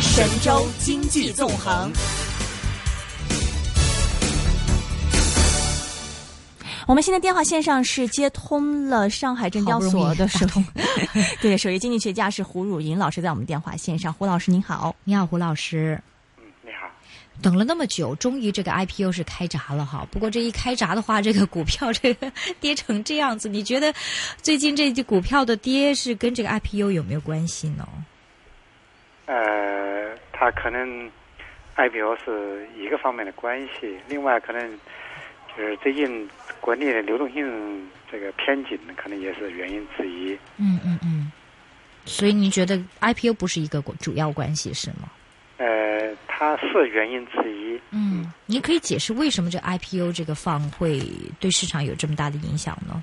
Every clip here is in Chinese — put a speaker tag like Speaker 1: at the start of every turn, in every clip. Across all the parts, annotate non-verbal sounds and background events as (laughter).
Speaker 1: 神州经济纵横。
Speaker 2: 我们现在电话线上是接通了上海证交所的首， (laughs) 对，首席经济学家是胡汝银老师，在我们电话线上。胡老师您好，
Speaker 3: (laughs) 你好，胡老师。
Speaker 4: 嗯，你好。
Speaker 3: 等了那么久，终于这个 IPO 是开闸了哈。不过这一开闸的话，这个股票这个 (laughs) 跌成这样子，你觉得最近这股票的跌是跟这个 IPO 有没有关系呢？
Speaker 4: 呃，它可能 IPO 是一个方面的关系，另外可能就是最近国内的流动性这个偏紧，可能也是原因之一。
Speaker 3: 嗯嗯嗯。所以您觉得 IPO 不是一个主要关系是吗？
Speaker 4: 呃，它是原因之一。
Speaker 3: 嗯，您可以解释为什么这 IPO 这个放会对市场有这么大的影响呢？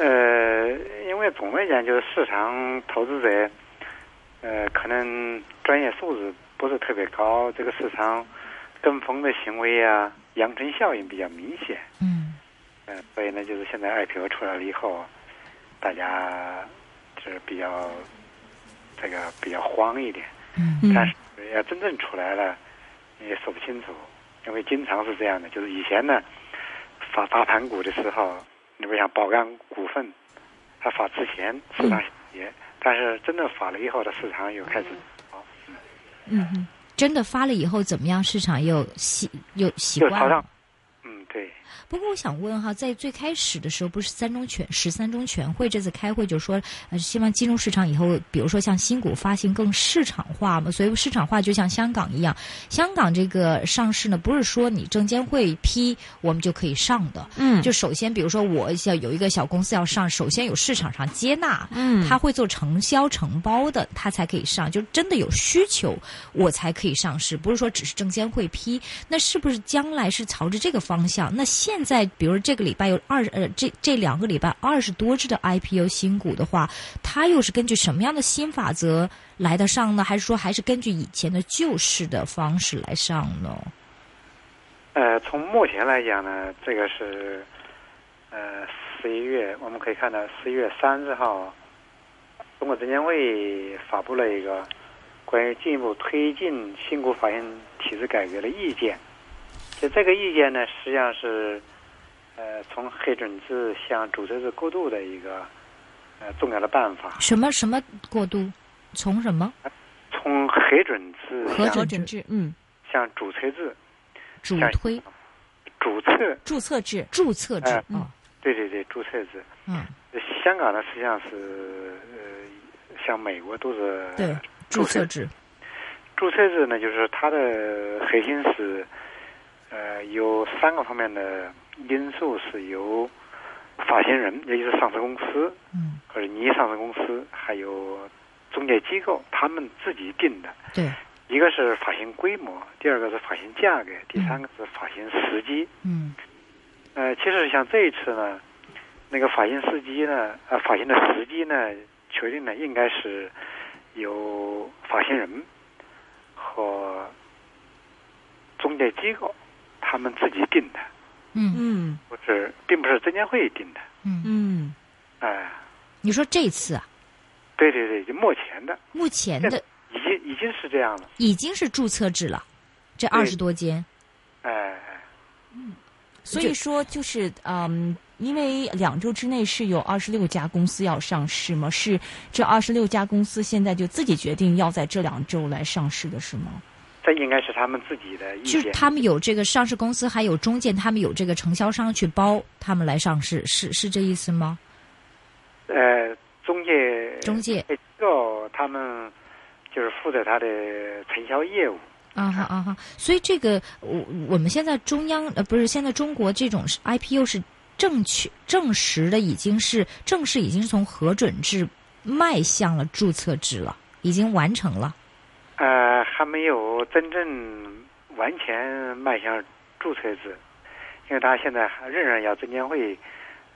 Speaker 4: 呃，因为总的讲就是市场投资者。呃，可能专业素质不是特别高，这个市场跟风的行为啊，养成效应比较明显。
Speaker 3: 嗯，
Speaker 4: 呃，所以呢，就是现在 IPO 出来了以后，大家就是比较这个比较慌一点。
Speaker 3: 嗯
Speaker 4: 但是要真正出来了，也说不清楚，因为经常是这样的，就是以前呢发发盘股的时候，你比如像宝钢股份，它发之前市场也。但是真正发了以后，的市场又开始好，
Speaker 2: 嗯哼，
Speaker 3: 真的发了以后怎么样？市场又习又习
Speaker 4: 就
Speaker 3: 惯
Speaker 4: 朝上
Speaker 3: 了。，
Speaker 4: 嗯，对，
Speaker 3: 不过我想问哈，在最开始的时候，不是三中全十三中全会这次开会就说，呃，希望金融市场以后，比如说像新股发行更市场化嘛，所以市场化就像香港一样，香港这个上市呢，不是说你证监会批我们就可以上的，
Speaker 2: 嗯
Speaker 3: 就首先比如说我要有一个小公司要上，首先有市场上接纳，
Speaker 2: 嗯
Speaker 3: 他会做承销承包的，他才可以上，就真的有需求，我才可以上市，不是说只是证监会批。那是不是将来是朝着这个方向？那现在，比如这个礼拜有二呃，这这两个礼拜二十多只的 IPO 新股的话，它又是根据什么样的新法则来得上呢？还是说还是根据以前的旧式的方式来上呢？
Speaker 4: 呃，从目前来讲呢，这个是，呃，十一月我们可以看到，十一月三十号，中国证监会发布了一个关于进一步推进新股发行体制改革的意见。就这个意见呢，实际上是，呃，从黑准制向主持制过渡的一个呃重要的办法。
Speaker 3: 什么什么过渡？从什么
Speaker 4: 从核准制
Speaker 3: 核
Speaker 4: 向
Speaker 3: 准
Speaker 2: 准制，嗯，
Speaker 4: 向主册制、
Speaker 3: 主
Speaker 4: 像
Speaker 3: 推
Speaker 4: 主册，
Speaker 2: 注册制，
Speaker 3: 注册制
Speaker 4: 哎
Speaker 3: 啊？哦
Speaker 4: 对对对，注册制。
Speaker 3: 嗯，
Speaker 4: 香港呢，实际上是呃，像美国都是
Speaker 3: 对，注册制。
Speaker 4: 注册制呢，就是它的核心是呃有三个方面的因素是由发行人，也就是上市公司
Speaker 3: 嗯，
Speaker 4: 或者拟上市公司，还有中介机构他们自己定的。
Speaker 3: 对，
Speaker 4: 一个是发行规模，第二个是发行价格，第三个是发行时机。
Speaker 3: 嗯
Speaker 4: 呃，其实像这一次呢，那个发行时机呢，呃，发行的时机呢，确定呢应该是由发行人和中介机构他们自己定的，
Speaker 3: 嗯
Speaker 2: 嗯
Speaker 4: 不是，并不是证监会定的。
Speaker 3: 嗯，
Speaker 2: 嗯
Speaker 4: 哎、
Speaker 3: 你说这次啊，
Speaker 4: 对对对，就目前的
Speaker 3: 目前
Speaker 4: 这
Speaker 3: 的
Speaker 4: 已经已经是这样了。
Speaker 3: 已经是注册制了，这
Speaker 4: 对
Speaker 3: 二十多间，
Speaker 4: 哎、
Speaker 2: 所以说就是嗯，因为两周之内是有二十六家公司要上市吗？是这二十六家公司现在就自己决定要在这两周来上市的是吗？
Speaker 4: 这应该是他们自己的意
Speaker 3: 就是
Speaker 4: 见。
Speaker 3: 他们有这个上市公司，还有中介，他们有这个承销商去包他们来上市，是是这意思吗？
Speaker 4: 呃，中介
Speaker 3: 中介
Speaker 4: 机构他们就是负责他的承销业务。
Speaker 3: 啊哈啊哈，所以这个我我们现在中央呃不是现在中国这种是 IPO 是正确证实的，已经是正式已经是从核准制迈向了注册制了，已经完成了。
Speaker 4: 呃，还没有真正完全迈向注册制，因为它现在还仍然要证监会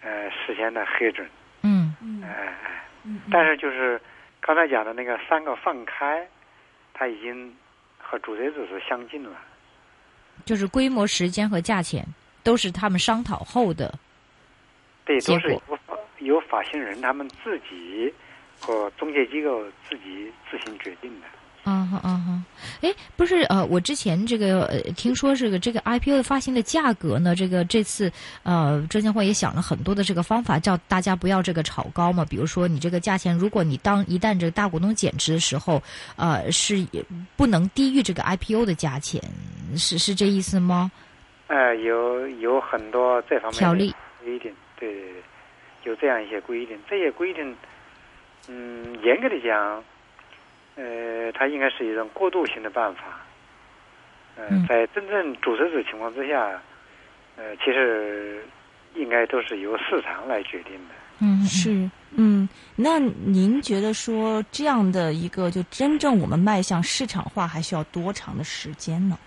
Speaker 4: 呃事先的核准。
Speaker 3: 嗯
Speaker 2: 嗯
Speaker 4: 哎、哎
Speaker 2: 嗯
Speaker 4: 但是就是刚才讲的那个三个放开，它已经和注册制是相近了。
Speaker 3: 就是规模、时间和价钱都是他们商讨后的。
Speaker 4: 对，
Speaker 3: 结
Speaker 4: 都是
Speaker 3: 果
Speaker 4: 由发由发行人他们自己和中介机构自己自行决定的。
Speaker 3: 啊、啊哈啊哈，哎，不是呃，我之前这个呃，听说这个这个 IPO 发行的价格呢，这个这次呃，证监会也想了很多的这个方法，叫大家不要这个炒高嘛。比如说你这个价钱，如果你当一旦这个大股东减持的时候，呃，是不能低于这个 IPO 的价钱，是是这意思吗？
Speaker 4: 呃，有有很多这方面的
Speaker 3: 条例
Speaker 4: 规定，对对对，有这样一些规定，这些规定，嗯，严格的讲。呃，它应该是一种过渡性的办法。
Speaker 3: 嗯
Speaker 4: 嗯，在真正主持者情况之下，呃，其实应该都是由市场来决定的。
Speaker 3: 嗯，嗯
Speaker 2: 是，嗯，那您觉得说这样的一个，就真正我们迈向市场化，还需要多长的时间呢？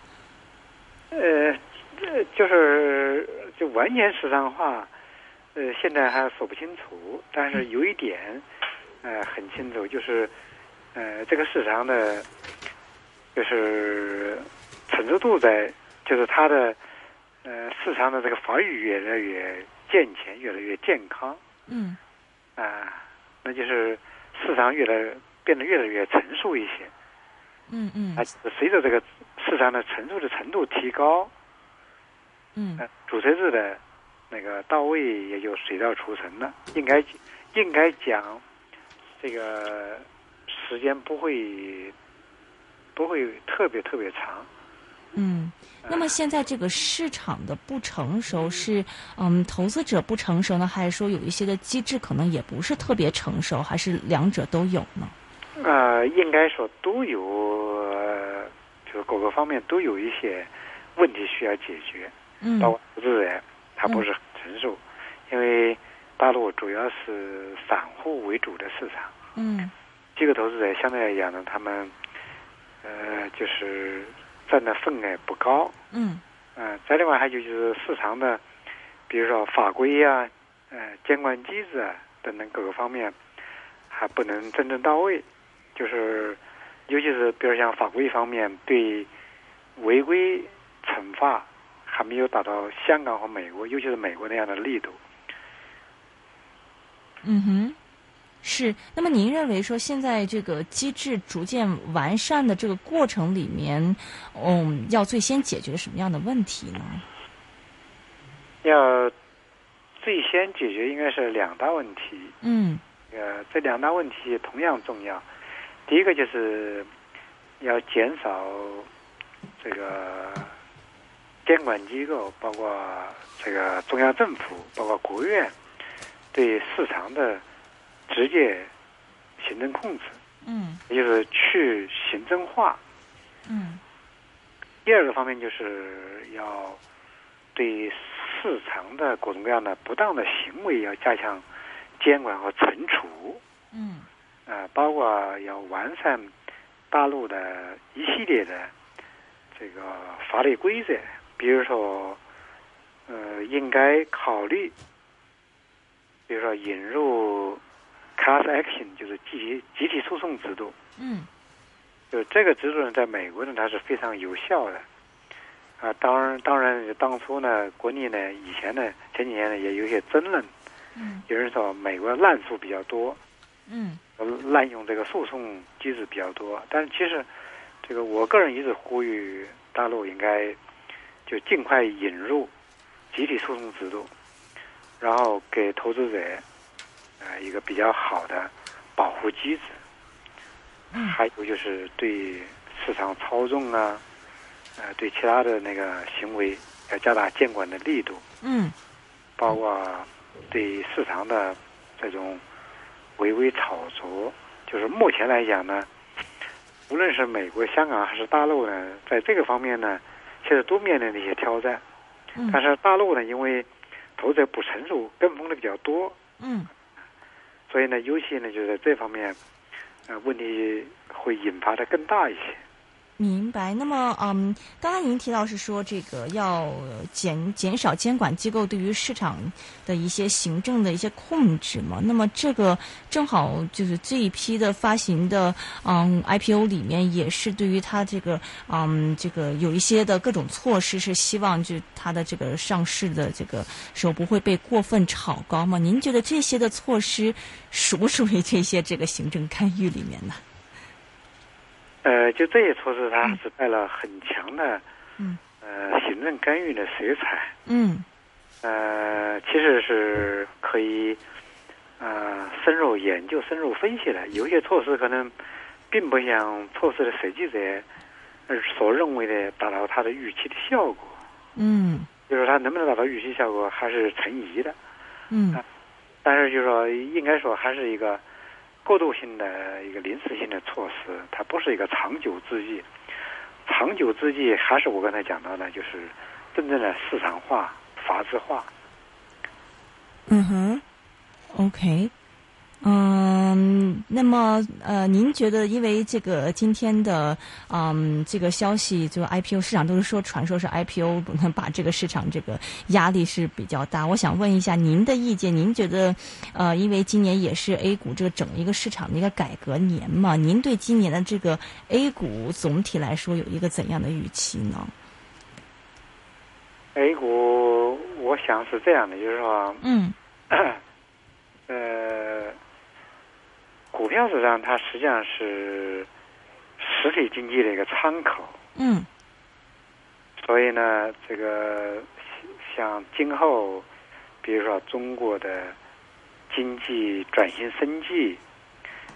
Speaker 4: 呃，这就是就完全市场化，呃，现在还说不清楚，但是有一点，呃，很清楚，就是，呃，这个市场的，就是成熟度在，就是它的，呃，市场的这个法律越来越健全，越来越健康
Speaker 2: 嗯
Speaker 4: 啊、那就是市场越来变得越来越成熟一些。
Speaker 2: 嗯嗯
Speaker 4: 啊，随着这个市场的成熟的程度提高，
Speaker 2: 嗯
Speaker 4: 呃，主持制的那个到位也就水到渠成了。应该应该讲，这个时间不会不会特别特别长。
Speaker 2: 嗯。那么现在这个市场的不成熟是，嗯，投资者不成熟呢，还是说有一些的机制可能也不是特别成熟，还是两者都有呢？
Speaker 4: 呃，应该说都有，呃就是各个方面都有一些问题需要解决。
Speaker 2: 嗯
Speaker 4: 包括投资人，他不是很成熟，因为大陆主要是散户为主的市场。
Speaker 2: 嗯
Speaker 4: 机构投资者相对来讲呢，他们呃就是占的份额不高，
Speaker 2: 嗯
Speaker 4: 嗯、再另外还有就是市场的，比如说法规呀、呃监管机制啊等等各个方面呃还不能真正到位，就是尤其是比如像法规方面对违规惩罚还没有达到香港和美国，尤其是美国那样的力度。
Speaker 2: 嗯哼，是。那么您认为说现在这个机制逐渐完善的这个过程里面，嗯，要最先解决什么样的问题呢？
Speaker 4: 要最先解决应该是两大问题，
Speaker 2: 嗯
Speaker 4: 呃，这两大问题同样重要。第一个就是要减少这个监管机构，包括这个中央政府，包括国务院对市场的直接行政控制，
Speaker 2: 嗯
Speaker 4: 也就是去行政化。
Speaker 2: 嗯
Speaker 4: 第二个方面就是要对市场的各种各样的不当的行为要加强监管和惩处。
Speaker 2: 嗯
Speaker 4: 呃，包括要完善大陆的一系列的这个法律规则，比如说，呃，应该考虑，比如说引入 class action，就是集体集体诉讼制度，
Speaker 2: 嗯
Speaker 4: 就这个制度呢，在美国呢，它是非常有效的。啊，当然，当然，当初呢，国内呢，以前呢，前几年呢，也有一些争论，
Speaker 2: 嗯
Speaker 4: 有人说美国滥诉比较多，
Speaker 2: 嗯
Speaker 4: 滥用这个诉讼机制比较多，但是其实这个我个人一直呼吁大陆应该就尽快引入集体诉讼制度，然后给投资者呃一个比较好的保护机制。
Speaker 2: 嗯
Speaker 4: 还有就是对市场操纵啊，呃对其他的那个行为要加大监管的力度。
Speaker 2: 嗯
Speaker 4: 包括对市场的这种违规炒作，就是目前来讲呢，无论是美国、香港还是大陆呢，在这个方面呢，现在都面临着一些挑战。
Speaker 2: 嗯
Speaker 4: 但是大陆呢，因为投资者不成熟，跟风的比较多，
Speaker 2: 嗯
Speaker 4: 所以呢，尤其呢，就在这方面，呃，问题会引发的更大一些。
Speaker 2: 明白。那么，嗯，刚才您提到是说这个要呃减减少监管机构对于市场的一些行政的一些控制嘛。那么这个正好就是这一批的发行的嗯 IPO 里面也是对于它这个嗯这个有一些的各种措施是希望就它的这个上市的这个时候不会被过分炒高嘛。您觉得这些的措施属不属于这些这个行政干预里面呢？
Speaker 4: 呃，就这些措施，它指派了很强的，
Speaker 2: 嗯，
Speaker 4: 呃，行政干预的色彩，
Speaker 2: 嗯
Speaker 4: 呃，其实是可以，呃，深入研究、深入分析的。有些措施可能并不像措施的设计者呃所认为的达到他的预期的效果，
Speaker 2: 嗯
Speaker 4: 就是它能不能达到预期效果还是成疑的。
Speaker 2: 嗯
Speaker 4: 但是就是说，应该说还是一个过渡性的一个临时性的措施，它不是一个长久之计。长久之计还是我刚才讲到的，就是真正的市场化、法治化。
Speaker 3: 嗯哼，
Speaker 2: ，OK。嗯，那么呃，您觉得因为这个今天的嗯这个消息，就 IPO 市场都是说传说是 IPO 不能把这个市场这个压力是比较大。我想问一下您的意见，您觉得呃，因为今年也是 A 股这个整一个市场的一个改革年嘛，您对今年的这个 A 股总体来说有一个怎样的预期呢？
Speaker 4: A 股，我想是这样的，就是说，
Speaker 2: 嗯
Speaker 4: 呃，股票市场它实际上是实体经济的一个参考，
Speaker 2: 嗯
Speaker 4: 所以呢，这个像今后，比如说中国的经济转型升级，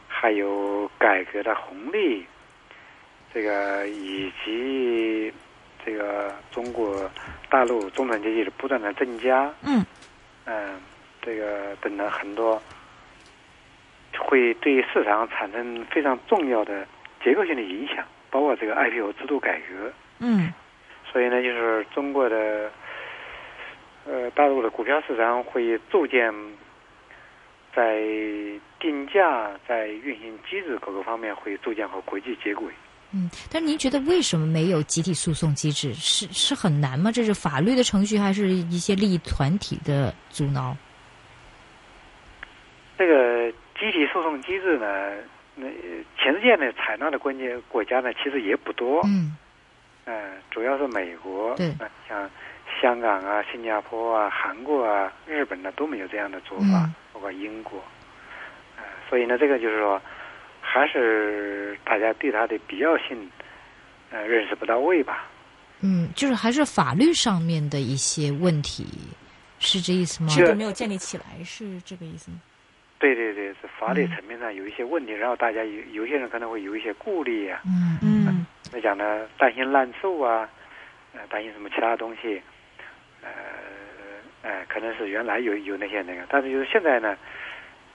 Speaker 4: 还有改革的红利，这个以及这个中国大陆中产阶级的不断的增加，
Speaker 2: 嗯
Speaker 4: 嗯，这个等等很多，会对市场产生非常重要的结构性的影响，包括这个 IPO 制度改革。
Speaker 2: 嗯
Speaker 4: 所以呢，就是中国的呃大陆的股票市场会逐渐在定价、在运行机制各个方面会逐渐和国际接轨。
Speaker 3: 嗯，但是您觉得为什么没有集体诉讼机制？是是很难吗？这是法律的程序，还是一些利益团体的阻挠？
Speaker 4: 这个集体诉讼机制呢，那呃全世界呢采纳的关键国家呢其实也不多，
Speaker 3: 嗯
Speaker 4: 嗯、主要是美国，
Speaker 3: 对
Speaker 4: 呃像香港啊、新加坡啊、韩国啊、日本呢都没有这样的做法，
Speaker 3: 嗯
Speaker 4: 包括英国，呃，所以呢，这个就是说，还是大家对它的必要性，呃，认识不到位吧。
Speaker 3: 嗯，就是还是法律上面的一些问题，是这意思吗？
Speaker 2: 制度没有建立起来，是这个意思吗？
Speaker 4: 对对对，是法律
Speaker 3: 嗯
Speaker 4: 层面上有一些问题，然后大家有有些人可能会有一些顾虑啊，
Speaker 3: 嗯嗯
Speaker 2: 嗯
Speaker 4: 那讲呢，担心滥售啊，呃，担心什么其他东西，呃，呃，可能是原来有有那些那个，但是就是现在呢，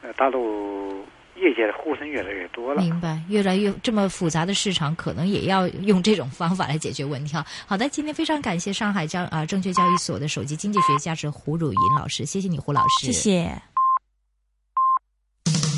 Speaker 4: 呃，大陆业界的呼声越来越多了。
Speaker 3: 明白，越来越这么复杂的市场，可能也要用这种方法来解决问题哈。好的，今天非常感呃谢上海交啊、证券交易所的首席经济学家是胡汝银老师，谢谢你胡老师，
Speaker 2: 谢谢。